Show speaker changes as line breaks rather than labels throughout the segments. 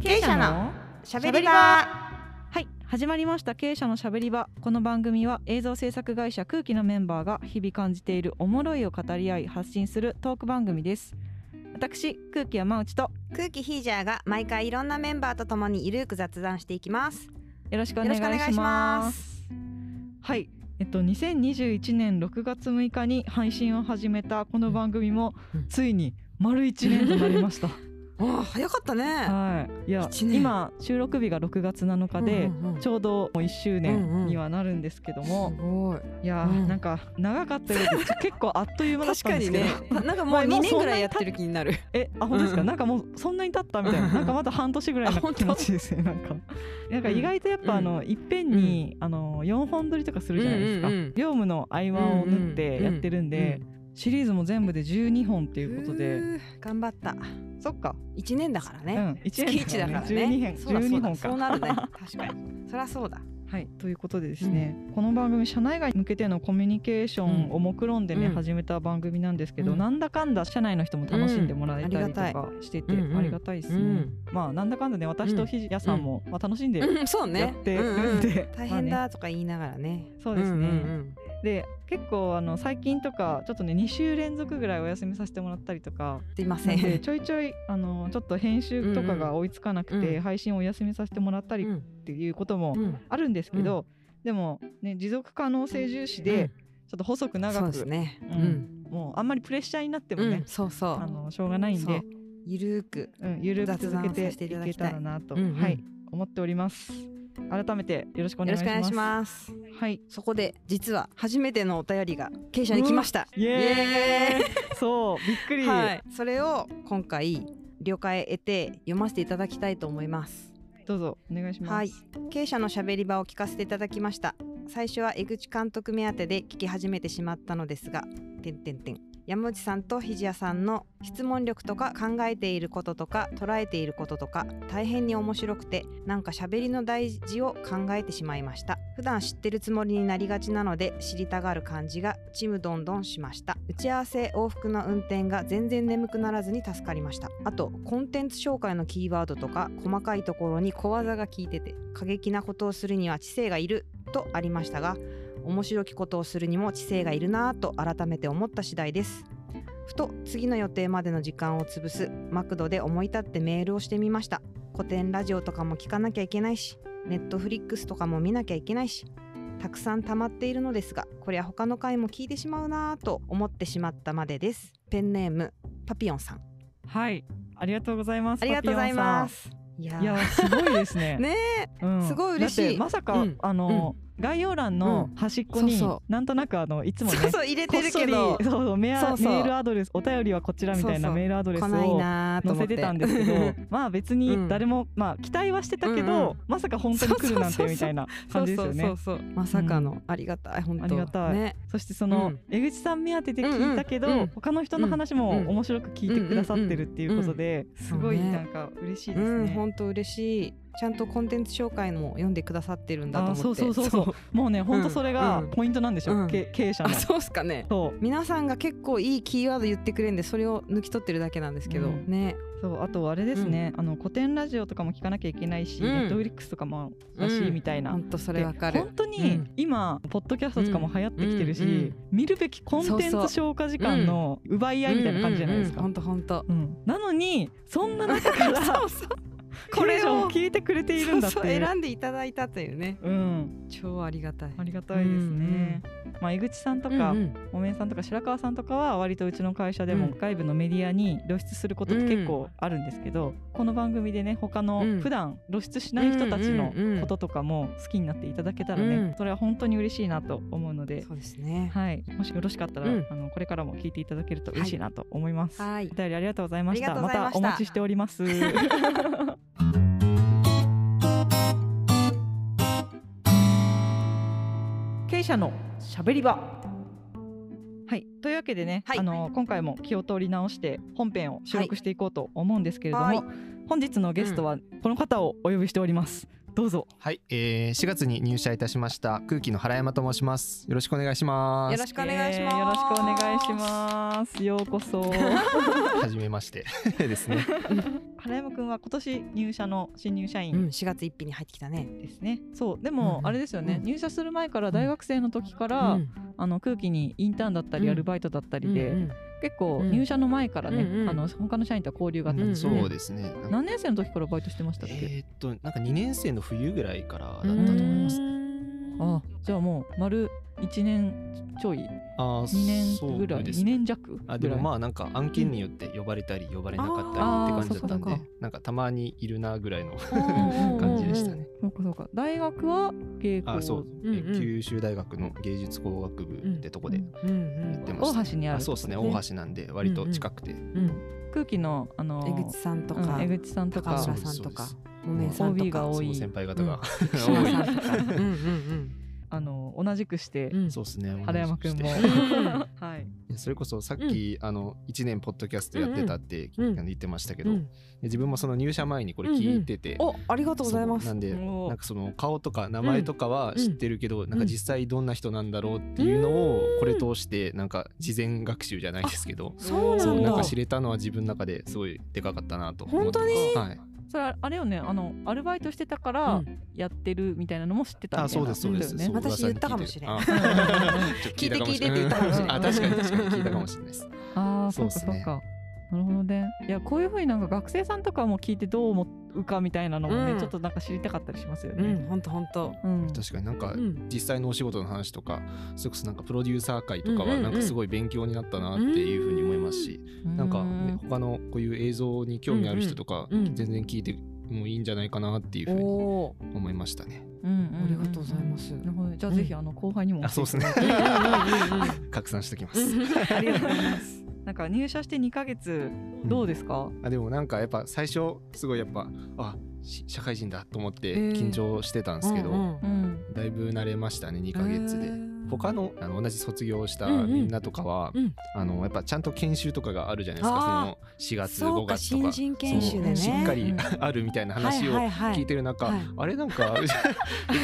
経営者のしゃべり場
はい始まりました経営者のしゃべり場この番組は映像制作会社空気のメンバーが日々感じているおもろいを語り合い発信するトーク番組です私空気山内と
空気ヒージャーが毎回いろんなメンバーとともにゆるく雑談していきます
よろしくお願いします
よろしくお願いします
はいえっと2021年6月6日に配信を始めたこの番組も、
うん
ついに丸1年となりま した
お早かったね
はいいや
一年
今収録日が6月7日で、
うんうんうん
ちょうどもう1周
うんうん
年にはなるんですけども、
すごい
いやー、
うん
なんか長かったよりちょ結構あっという間だっ
確
た
か
んで
に
すけど、
ねななんかもう
まあも
2
う
年
そんなに
ぐらいやってる気になる
えあ本当ですか、
うん
なんかもうそんなに経ったみたいななんかまだ半年ぐらい
あ本
の
当
気持ちですね なんかなんか意外とやっぱ、
うん
あのいっぺんに、あの4本撮りとかするじゃないですか、
うんうんう
業
ん
務の合間を縫ってやってるんで、
うんうん
シリーズも全部で12本っていうことで、
うー頑張った
そっか、
1年だから
う
ね、
ん、1
月1だからね
12編
そうだそう
12
だ
本
そう
か。
なる ね確かにそりゃそうだ
はい、ということでですね、この番組社内外に向けてのコミュニケーションを目論んでね、
うん
始めた番組なんですけど、
うん
なんだかんだ社内の人も楽しんでもらえたりと
うんありが
かしてて、
うんうん
ありがたいですね、
うん
まあなんだかんだね私とひじやさんも、まあ、楽しんで
うんそうね
やってるんで、
うんうん大変
まあね
だとか言いながらね
そうですね、
んん
で結構あの最近とかちょっとね2週連続ぐらいお休みさせてもらったりとか
うんすいませ
なん
ん
でちょいちょいあのちょっと編集とか
うんう
が追いつかなくて、
うん
配信をお休みさせてもらったりっていうことも
うん
あるんですけど、でも、ね、持続可能性重視で、
うん
ちょっと細く
そ
長
う
く、
ですね、うん
んもうあんまりプレッシャーになっても
う
ね
ん、、そうそ
あ
う
のしょうがないん
そ
で、
うゆるーく、
うん、ゆるく
雑談
続
を
けて
させてい
い
ただ
け
きたい
たらなと、
うんうん
はい、思っております。改めてよろしくお願
よろ
い
し
し
くお
ま
願い
す。
します
はい、
そこで実は初めてのお便りが経営者に来ました
イエーイ、 そう、びっく
イエー
り、
イはい、それを今回了解得て読ませていただきたいと思います
どうぞお願いします。
はい、経営者のしゃべり場を聞かせていただきました最初は江口監督目当てで聞き始めてしまったのですがてんてんてん山内さんと肘屋さんの質問力とか考えていることとか捉えていることとか大変に面白くてなんかしゃべりの大事を考えてしまいました普段知ってるつもりになりがちなので知りたがる感じがちむどんどんしました打ち合わせ往復の運転が全然眠くならずに助かりましたあとコンテンツ紹介のキーワードとか細かいところに小技が効いてて過激なことをするには知性がいるとありましたが面白きことをするにも知性がいるなぁと改めて思った次第ですふと次の予定までの時間を潰すマクドで思い立ってメールをしてみました古典ラジオとかも聞かなきゃいけないしネットフリックスとかも見なきゃいけないしたくさん溜まっているのですがこりゃ他の回も聞いてしまうなぁと思ってしまったまでですペンネームパピオンさん
はい、ありがとうございます。
ありがとうございま
パ
すいや
ピオンさん。いや、すごいですね。
ね
うん
すごい嬉しい
だってまさか、
うん
あの、概要欄の端っこに、
うんそうそ
なんとなくあのいつもね。
そうそう入れてるけ
こっ
ど
そりそうそうメア
そうそう
メールアドレスお便りはこちらみたい
そう
な
そう
メールアドレス
来ない
を
なぁと
載
思っ
せ
て
てたんですけど まあ別
うん
に誰も、まあ期待はしてたけど、
うん
まさか本当に来るなん
そうそ
て
うそうそう
みたいな感じですよね。そ
そうそうそうそうまさかの、ありがたい本当
ありがたい
ね、
してその、
うん
江口さん目当てで聞いたけど、
うんうんうん
他の人の話も
うん
面白く聞いてくださってるっていうことで、すごい
そうね
なんか嬉しいで
う
す
ん
ね。
本当嬉しいちゃんとコンテンツ紹介も読んでくださってるんだと
あ
思
ー
って
そうそうそう そうもうね本当それ
う
が
ん
ポイントなんでしょ、
うん
け経営者
あ
の。
そうっすかね
そう
皆さんが結構いいキーワード言ってくれるんでそれを抜き取ってるだけなんですけど、
うん
ね
そうあとあれですね、あの古典ラジオとかも聞かなきゃいけないし、
うん
ネットフリックスとかもだし、
うん
みたいな
本当そ
で
れわかる
本当
う
に
ん
今、ポッドキャストとかも流行ってきてるし、
うんうんうん
見るべきコンテンツ
そう
消化時間の奪い合いみたいな感じじゃないですか。
本当本当
うんなのにそんな中から
そうそう
これ
これ
を
を
聞いてくれているんだって
そうそう
いう
選んでいただいたというね
うん、
超ありがたい
ありがたいですね。まあ、江口さんとか、
うん
おめんさんとか白川さんとかは割とうちの会社でも
うん
外部のメディアに露出することって結構あるんですけど、この番組でね他の
うん
普段露出しない人たちの
うんうんうん
こととかも好きになっていただけたらね、
うん
それは本当に嬉しいなと思うの
うん
で、
そうですね
はい、もしよろしかったら、
うん
あのこれからも聞いていただけると嬉しいなと思います。
はいはい
お便りありがとうございまし
あり
た。
がとうございま
ま
した
お待ちしており ます。経営者のしゃべり場。はい、というわけでね、
はい
あの今回も気を取り直して本編を収録していこうと思うんですけれども、
はい
本日のゲストはこの方をお呼びしております。どうぞ
はい、えー、4月に入社いたしました空気の原山と申します。よろしくお願いしま
よ
す
ろ。しくお願いします、
えーよろしくお願いしますようこそ
はじめましてですね。
原山くんは今年入社の新入社
うん
員
4月1日に入ってきたね
ですね、そうで
う
も
ん
あれですよね、
うん
入社する前から大学生の時から、
うん
あの空気にインターンだったり
うん
アルバイトだったりで、
うんうん
結構
うん
入社の前からね、
うんうん
あの他の社員とは交流があったんですよね、
そうですね。
何年生の時からバイトしてましたっけ、
えーっとなんか2年生の冬ぐらいからだったと思います。
あじゃあもう丸1年ちょい
あ
2年ぐら
そう
い、
で
2
すね。
年弱ぐらい
あでもまあなんか案件によって呼ばれたり呼ばれなかったりって感じだった
あ
ん
ーそっかそ
で
っ
なんかたまにいるなぐらいの
うん
感じでしたね。
そうかそうか大学は芸
あ
工
そう、
うん
え
うん
九州大学の芸術工学部ってとこで
うん
やってました、
大橋にある
そうですね
とこね
大橋なんで割と近くて、
うんうん
空気のあの
江口さんとか、
うん江口さんと
あ高
あ
か
そ
浦
うです
さんとか
そうです
おめえさんと
OB が
か
多
そ
い
の先輩方が、
岸
多い
田さんとかうんうん
あの同じくして、
うんうん
そうですね
原山くんも
同じくして
ん
はい
いやそれこそさっき、あの1年ポッドキャストやってたって、
うんうん
あの言ってましたけ
う
ど、で
ん
自分もその入社前にこれ聞いてて、
おありがとうございます
そうなんで
おー
なんかその顔とか名前とかは知ってるけど、なんか実際どんな人なんだろうっていうのを
うん
これ通してなんか事前学習じゃないですけど、
そう
そ
な
うんなん
だ
か知れたのは自分の中ですごいでかかったなと思
本
って
当
ます
に
はい、
それはあれよねあのアルバイトしてたから
うん
やってるみたいなのも知ってた
あ
みたい
そう
な
ですそうです、
だよ
そう
ね
私
噂に聞
言ったか
いて
もしれん
あ ちょっと
聞いて聞いてって言ったかもしれん
あ確かに確かに聞いたかもしれないです
ああ
そ
そうう
っ
か
す
そ
ね
うかなるほどねいやこういうふうになんか学生さんとかも聞いてどう思うかみたいなのもね、
うん
ちょっとなんか知りたかったりしますよ
う
ね
ん本当本当
うん、
確かになんか
うん
実際のお仕事の話とかそれこそなんかプロデューサー界と
うん
か
うん
は
うん
なんかすごい勉強になったなっていうふうに思いますし、なんか、ね、他のこういう映像に興味ある人とか
うんうん
全然聞いてもいいんじゃないかなっていうふうに
おお
思いましたね。
うんうんうん
ありがとうございます
なるほどじゃあぜひあの後輩にも
あそうですね 拡散してきます。
ありがとうございますなんか入社して2ヶ月どうですか、
あでもなんかやっぱ最初すごいやっぱあし社会人だと思って
うん
緊張してたんですけど、
うん
だいぶ慣れましたね2ヶ月で。他のあの同じ卒業した
うんうん
みんなとかは、
うん
あのやっぱちゃんと研修とかがあるじゃないですかそ
あー
の4月
そ
5
うか
月と
新
か
人研修でね
そうしっかり
うん
あるみたいな話を
はいはいはい
聞いてる中、
はい
あれなんか う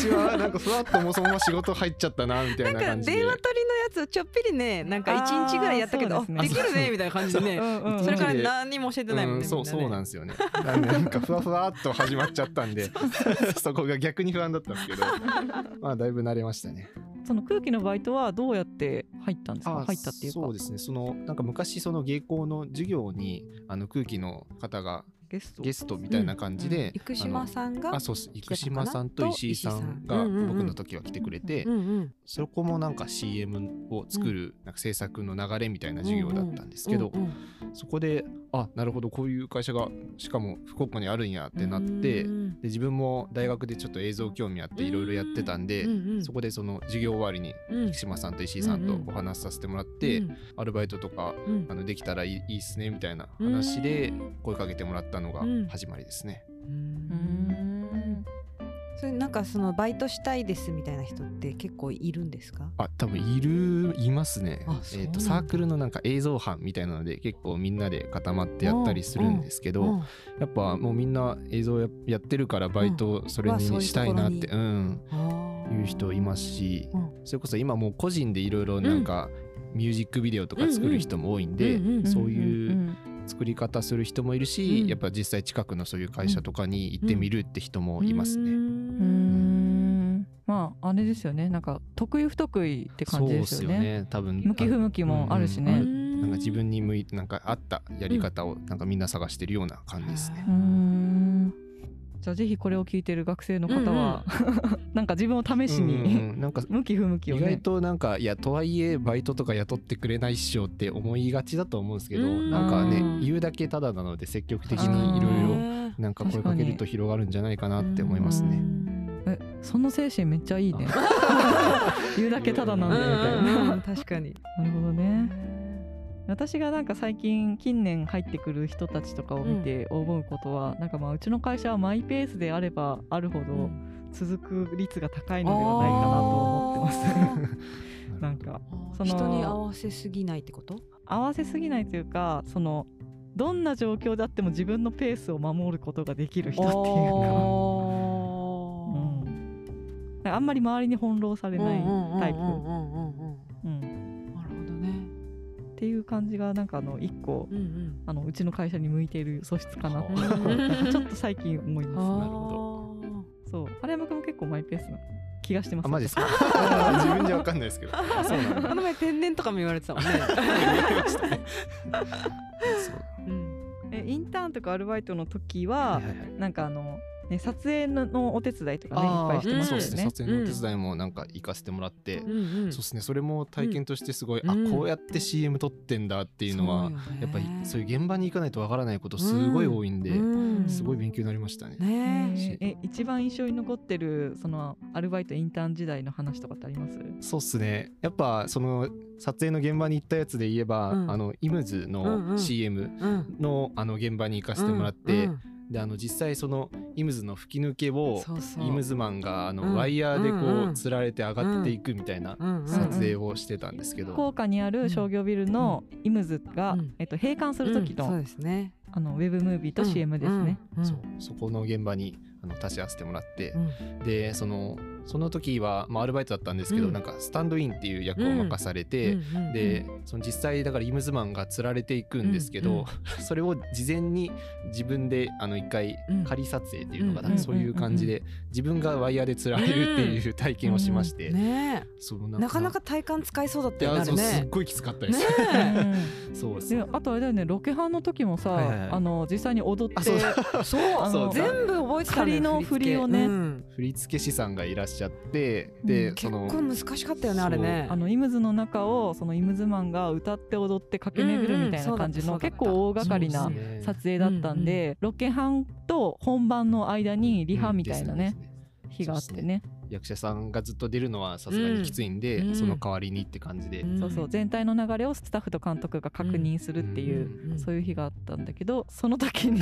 ちはなんかふわっともうそのまま仕事入っちゃったなみたいな
なん
感
か
じで
電話取りのやつをちょっぴりねなんか1日ぐらいやったけど
あ
あ
ーそう
で,、
ですね
きるねみたいな感じでね
うんうんうん
それから何も教えてないもん
うん
ね、
そうそうなん
ん
で すよねなんでなんかふわふわっと始まっちゃったんで そこが逆に不安だったんで すけどまあだいぶ慣れましたね
その空気のバイトはどうやって入ったんですか
あ
入ったっていうか
そうですねそのなんか昔その芸校の授業にあの空気の方が
ゲスト
ゲストみたいな感じで、
生
あ
島
の
さんが
あそうっす
来てたか
生
な
島さんと石井さんが
と石井さんうんうんうん
僕の時は来てくれて、
うんうん
そこもなんか CM を作るなんか制作の流れみたいな授業だったんですけど、
うんうん
そこであなるほどこういう会社がしかも福岡にあるんやってなっ
う
て、で
ん
自分も大学でちょっと映像興味あっていろいろやってたんで、
うんうん
そこでその授業終わりに
うん
生島さんと石井さんと
うんうん
お話しさせてもらって、
うん
アルバイトとか
うん
あのできたらいいいいっすねみたいな話で声かけてもらったのが
うん
始まりですね。
う
うんん
それなんかそのバイトしたいですみたいな人って結構いるんですか
あ多分いるいますね
あ。そう
え
な
っ、
んだ
とサークルのなんか映像班みたいなので結構みんなで固まってやったりするんですけど、
うん
やっぱもうみんな映像ややってるからバイトそれに
うん
したいなって、
う
うん、
あー
いう人いますし、
うん
それこそ今もう個人でいろいろなんか、ミュージックビデオとか作る人も多いんで、
うんうんうんうん
そういうんう作り方する人もいるし、
うん
やっぱ実際近くのそういう会社とかに行ってみるって人もいますね。
う
うんんまああれですよねなんか得意不得意って
そ
感
う
じ
で
ですす
よ
よね
ね多分
向き不向きもあるしね、
うん
う
うん
ん
あるなんか自分に向いてなんかあったやり方をなんかみんな探してるような感じですね。
じゃあぜひこれを聞いてる学生の方は、 なんか自分を試しに、
うんうんなんか
向き不向き
意
を
外
ね
となんかいやとはいえバイトとか雇ってくれないっしょって思いがちだと思うんですけど
うん
なんか
うん
ね言うだけただなので積極的にいろいろ
ね
なんか声かけると広がるんじゃないかなって思います
う
ね。
ん
えその精神めっちゃいい ね言うだけただなんでみたい
うんう
なん
確かに
なるほどね私がなんか最近近年入ってくる人たちとかを見て思うことは、なんかまあうちの会社はマイペースであればあるほど続く率が高いのではないかなと思ってます。
なるほど
なんか
あー
その
人に合わせすぎないってこと
合わせすぎないというかそのどんな状況であっても自分のペースを守ることができる人っていうか
お
あんまり周りに翻弄されないタイプ、
うんうんうんうん
うん
うんなるほどね。
っていう感じがなんかあの一個
うんうん。
あのうちの会社に向いている素質かなって
うん
ちょっと最近思い
あー
ますそう原山君も結構マイペースな気がしてます
あマジです か自分じゃわかんないですけどそうなん だ
この前天然とかも言われてたもんね。
そう
うん
えインターンとかアルバイトの時は、
はいはいはい
なんかあの、ね、撮影ののお手伝いとかねいっ
あ
ぱ
ー
いしてまし
そ
た
うで
よ
す
ね
ね。撮影のお手伝いもなんか行かせてもらって、
うんうん
そうですねそれも体験としてすごい、
うん
あこうやって CM 撮ってんだっていうのは、やっぱりそう
いう
いう現場に行かないとわからないことすごい多いんで、
うん
すごい勉強になりましたね。
ね
ええ一番印象に残ってるそのアルバイトインターン時代の話とかってあります
そうっすねやっぱその撮影の現場に行ったやつで言えば、
うん
あのイムズ
うんう
の
ん
CM
うん
のあの現場に行かせてもらって、
うん
であの実際そのイムズの吹き抜け
うん
を
そうそう
イムズマンがあの、
うん
ワイヤーでこう、
うんうん
吊られて上がっていくみたいな
うんうん
撮影をしてたんですけど、
福岡にある商業ビルのイムズが、
うん
えっと、閉館する時の,、
うんそうですね
あのウェブムービーと CM ですね。
うん
そうそこの現場にあの立ち会わせてもらって
う、ん
でそのその時は、まあ、アルバイトだったんですけど、
うん
なんかスタンドインっていう役を任されて、
うんうん
でその実際だからイムズマンが釣られていくんですけど、
うん
それを事前に自分であの一回
うん
仮撮影っていうのかな、
うん
そういう感じで自分がワイヤーで釣られるっていう体験をしまして、
ね
その
えなかなか体感使いそうだっ
い
たよね
や
あ
そ
れ
うすっ
ね
ごいきつかったです、
ね
そうです
であとあれだよねロケハンの時もさ、
はいはいはい
あの実際に踊っ
あそう
て
だ
えそう
あの
そうだ
全部覚えてたんだよ
仮の振りをね
うん
振付師さんがいらっしゃって
う
で
ん
そ
結
の
構難しかったよねあれね
あのイムズの中をそのイムズマンが歌って踊って駆け巡るみたいな感じ
うんう
の
んそうだ
結構大掛かり
そ
な
うで
撮影だったんで、ロケハンと本番の間にリハみたいな
うんで
ね
す、です
日があってね
役者さんがずっと出るのはさすがにきついんで、
うん
その代わりにって感じで、
ん
そうそう全体の流れをスタッフと監督が確認するっていう、
うん
そういう日があったんだけどその時に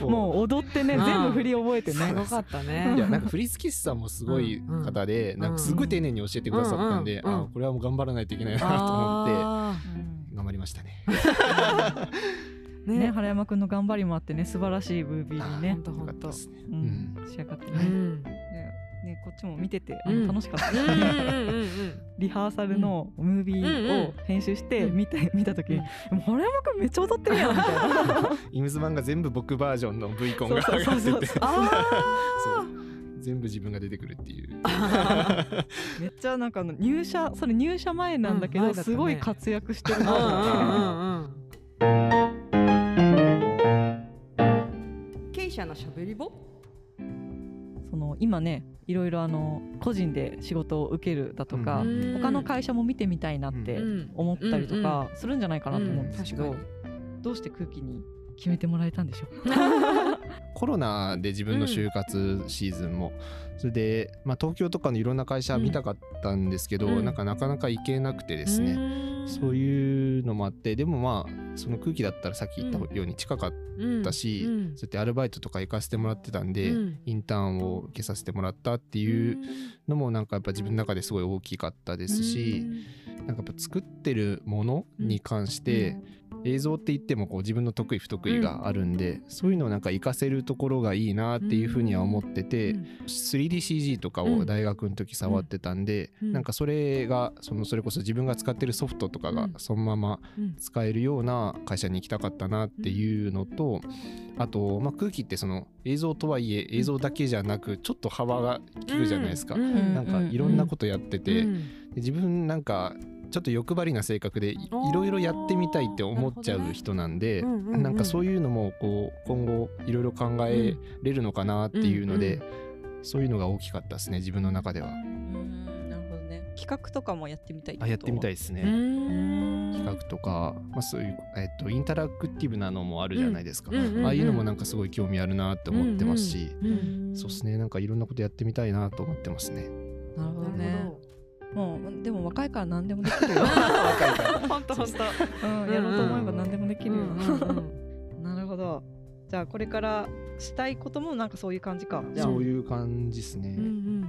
も
う
う踊ってね
うん
全部振り覚えて
す
ね
ごかった
う
ね
いやなんか振付師さんもすごい方で、
ん
なんかすごい丁寧に教えてくださったんで、
うんうん
あこれはもう頑張らないといけないなと思っ
あ
て頑張りましたね。
ー
うんね
ね
原山くんの頑張りもあってね素晴らしいムービーにね
本、当
よか
本
った
当
ですね。
う
うんん、
仕上がって
う
ね,、
ん
ねねこっちも見ててあ
う
の
ん
楽しかった、
うんうんうんうん
リハーサルのムービーを編集して
うんうん
見て、見た時に「もう原山くんめっちゃ踊ってるやん」みたいな。
イムズマンが全部僕バージョンの V コンが上がって
そうそうそう
て
そ
そうう
あ
全部自分が出てくるっていう
あ
めっちゃなんかあの入社それ入社前なんだけど、
うん前だった
す
ね
ごい活躍してるな
う
と思っ
んうんうんうん経営者のしゃべりぼ
てその今ねいろいろあの個人で仕事を受けるだとか、
うん
他の会社も見てみたいなって
うん
思ったりとかするんじゃないかなと思うん
ん
ですけ
確
ど、
かに
どうして空気に決めてもらえたんでしょう
コロナで自分の就活シーズンも、それで、まあ、東京とかのいろんな会社見たかったんですけど、
うん
なんかなかなか行けなくてですね、
ね
そういうのもあってでもまあその空気だったらさっき言ったように近かっ
う
たし、そうやってアルバイトとか行かせてもらってたんで、
うん
インターンを受けさせてもらったっていうのもなんかやっぱ自分の中ですごい大きかったですし、なんかやっぱ作ってるものに関して、映像って言ってもこう自分の得意不得意があるんで、そういうのをなんか活かせるところがいいなっていうふうには思ってて、3DCG とかを大学の時触ってたんで、
うん
なんかそれがそのそれこそ自分が使ってるソフトとか
う
が
ん
そのまま使えるような会社に行きたかったなっていうのとあと、まあ、空気ってその映像とはいえ映像だけじゃなくちょっと幅が利くじゃないですか。なんかいろんなことやってて、で自分なんかちょっと欲張りな性格でいい
おー
ろいろやってみたいって思っちゃう人なんで
なるほどねうんうんうん
なんかそういうのもこう今後いろいろ考えれるのかなっていうので、
うん
そういうのが大きかったですね自分の中では。
なるほどね企画とかもやってみたい
あやってみたい
い
ですね。企画とか、まあ、そういう、えっと、インタラクティブなのもあるじゃないですか、
うんうんうんうん
ああいうのもなんかすごい興味あるなって思ってますし、そうです
ね
ねなんかいろんなことやってみたいなと思ってます ね。
なるほど
なる
ねも
ほ
うでも若いから何でもできるよ、
ど本当本当
うん、やろうと思えば何でもできるよ、
うん
なるほど。じゃあこれからしたいこともなんかそういう感じか。じゃあ
そういう感じですね。
うんうん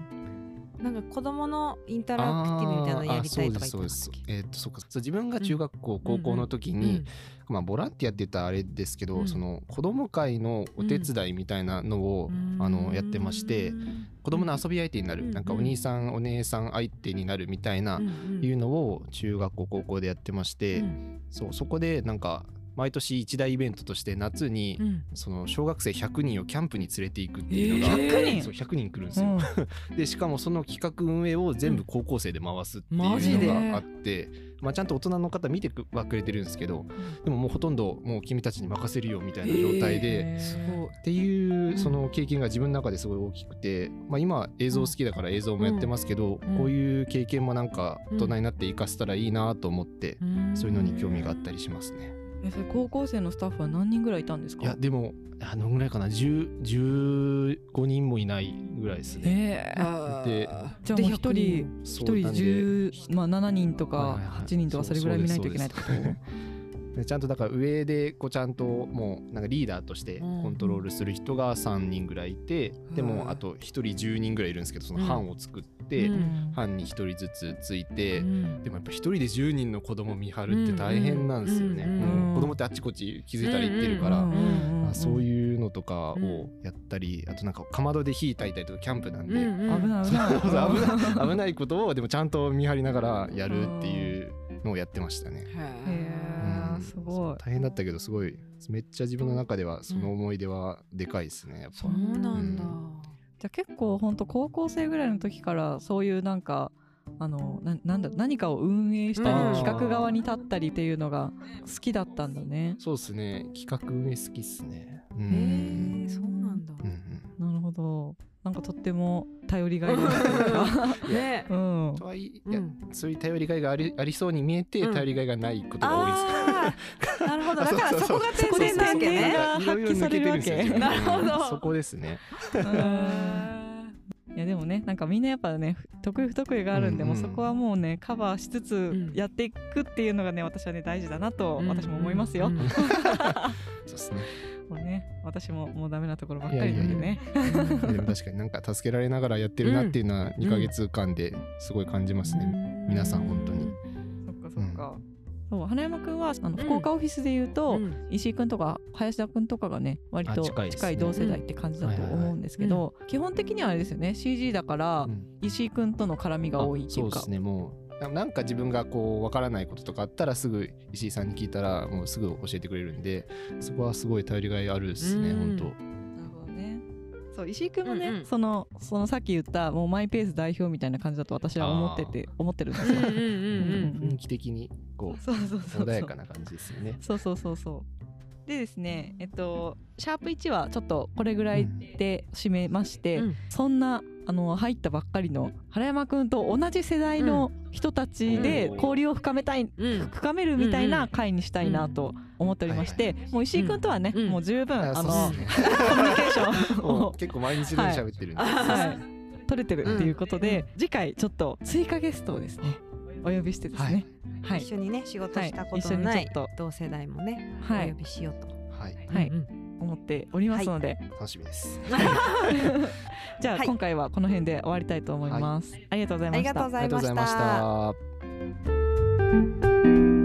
なんか子供のインタラクティブみたいなのやりたいとか言って
そう
ま
で
し
す
た
そう
っ
です
け。
えーっとそうかそう自分が中学校、高校の時に、まあボランティアって言ったらあれですけど、
うん
その子供会のお手伝いみたいなのを、あのやってまして子供の遊び相手になる、
うん
なんかお兄さんお姉さん相手になるみたいな、いうのを中学校高校でやってまして、そうそこでなんか毎年一大イベントとして夏に、その小学生100人をキャンプに連れていくっていうのが、
えー100人
そう100人来るんですよ、でしかもその企画運営を全部高校生で回すって
マジ
いう
で
のがあって、まあ、ちゃんと大人の方見てはくれてるんですけどでももうほとんどもう君たちに任せるよみたいな状態で。
すごい
っていうその経験が自分の中ですごい大きくて、まあ、今映像好きだから映像もやってますけど、
うん
こういう経験もなんか大人になって生かせたらいいなと思って、そういうのに興味があったりしますね。
えそれ高校生のスタッフは何人ぐらいいたんですか
いやでもあのぐらいかな10 15人もいないぐらいですね。
えー
で
じゃあもう一人
一
一人十まあ7人と
はい
か
はいはい
8人とかそれぐらい見ないといけないってこと
そうそうです でちゃんとだから上でこうちゃんともうなんかリーダーとして
うん
コントロールする人が3人ぐらいいて、で
う
も
ん
あと1人10人ぐらいいるんですけどその班を作って、
うん
班に1人ずつついて、
うん
でもやっぱ1人で10人の子供見張るって大変なんですよね、
うん
う
うん
うん
ん子供ってあっちこっち気づいたら行ってるから、あそう
う
いうのとかをやったり、あとなんかかまどで火炊いたりとかキャンプなんで、
うんうん
危ない危ない
そうそう危ない危ないことをでもちゃんと見張りながらやるっていうのをやってましたね。
へ
う
ー
ん
すごい
大変だったけどすごいめっちゃ自分の中ではその思い出はでかいですねやっぱ。
そうなんだ。
じゃあ結構本当高校生ぐらいの時からそういうなんかあのななんだ何かを運営したり
うん
企画側に立ったりっていうのが好きだったんだね。
そうですね企画運営好きっすね。う
へ
ん
えそうなんだ。
うんう
な
ん
るほど。なんかとっても頼りがいがあるというか
ね
う。ん
と。はいえ、
うん
そういう頼りがいがありありそうに見えて
うん
頼りがいがないことが多いです。
ああ、なるほど。だから
そうそう
そ
そう
こが天然なわけ
そこで
ね。
なんかいろいろ抜けてんです
発
よ
揮されるわけ
自分
なるほど
うんそこですね。
うんいやでもねなんかみんなやっぱねふ得意不得意があるんで、
うんうん
もうそこはもうねカバーしつつ
ん
やっていくっていうのがね私はね大事だなと
うん
私も思いますよ。
うん
そうですね。
もうね私ももうダメなところばっかりなんでね。
でも確かになんか助けられながらやってるなっていうのは2ヶ月間ですごい感じますね、皆さん本当に。
そっかそっか。そう花山くんはあの福岡オフィスで言うと、
うん
石井くんとか林田くんとかがね割と
あ近いですね
近い同世代って感じだと思うんですけど、基本的にはあれですよね CG だから
うん
石井くんとの絡みが多いってい
そうう
か。
ですねもうななんか自分がこうわからないこととかあったらすぐ石井さんに聞いたらもうすぐ教えてくれるんでそこはすごい頼りがいあるですね、
うん
本
なるほどね。そう石井君もね、
うんうん
そのそのさっき言ったもうマイペース代表みたいな感じだと私は思ってて思ってるんですよ。
うんうん
当。雰囲気的にこう
そうそうそうそう。
穏やかな感じですよね。
そうそうそうそう。でですね、えっとシャープ1はちょっとこれぐらいで締めまして、
うん
そんなあの入ったばっかりの原山くんと同じ世代の人たちで
うん
交流を深めたい
うんうん。
深めるみたいな回にしたいなと思っておりまして、もう石井くんとはね、
うん
もう十分、
あ
あ
そ
の
う
コ
っす ね
ミュニケーション
も
を
う結構毎日のように喋ってるん で、
はい、取れてるっていうことで、次回ちょっと追加ゲストをですねお呼びしてですねはい、はい
一緒にね仕事したことの
は
ないい
一緒にちょっと
同世代もねお
はい
呼びしようと。
はい
はい
うん
思っておりますので、
楽しみです。
じゃあ
はい
今回はこの辺で終わりたいと思います、ありがとうござい
あ
ま
り
し
がと
た
うご
あ
ざ
り
い
がとう
ま
ござい
し。
ましたた。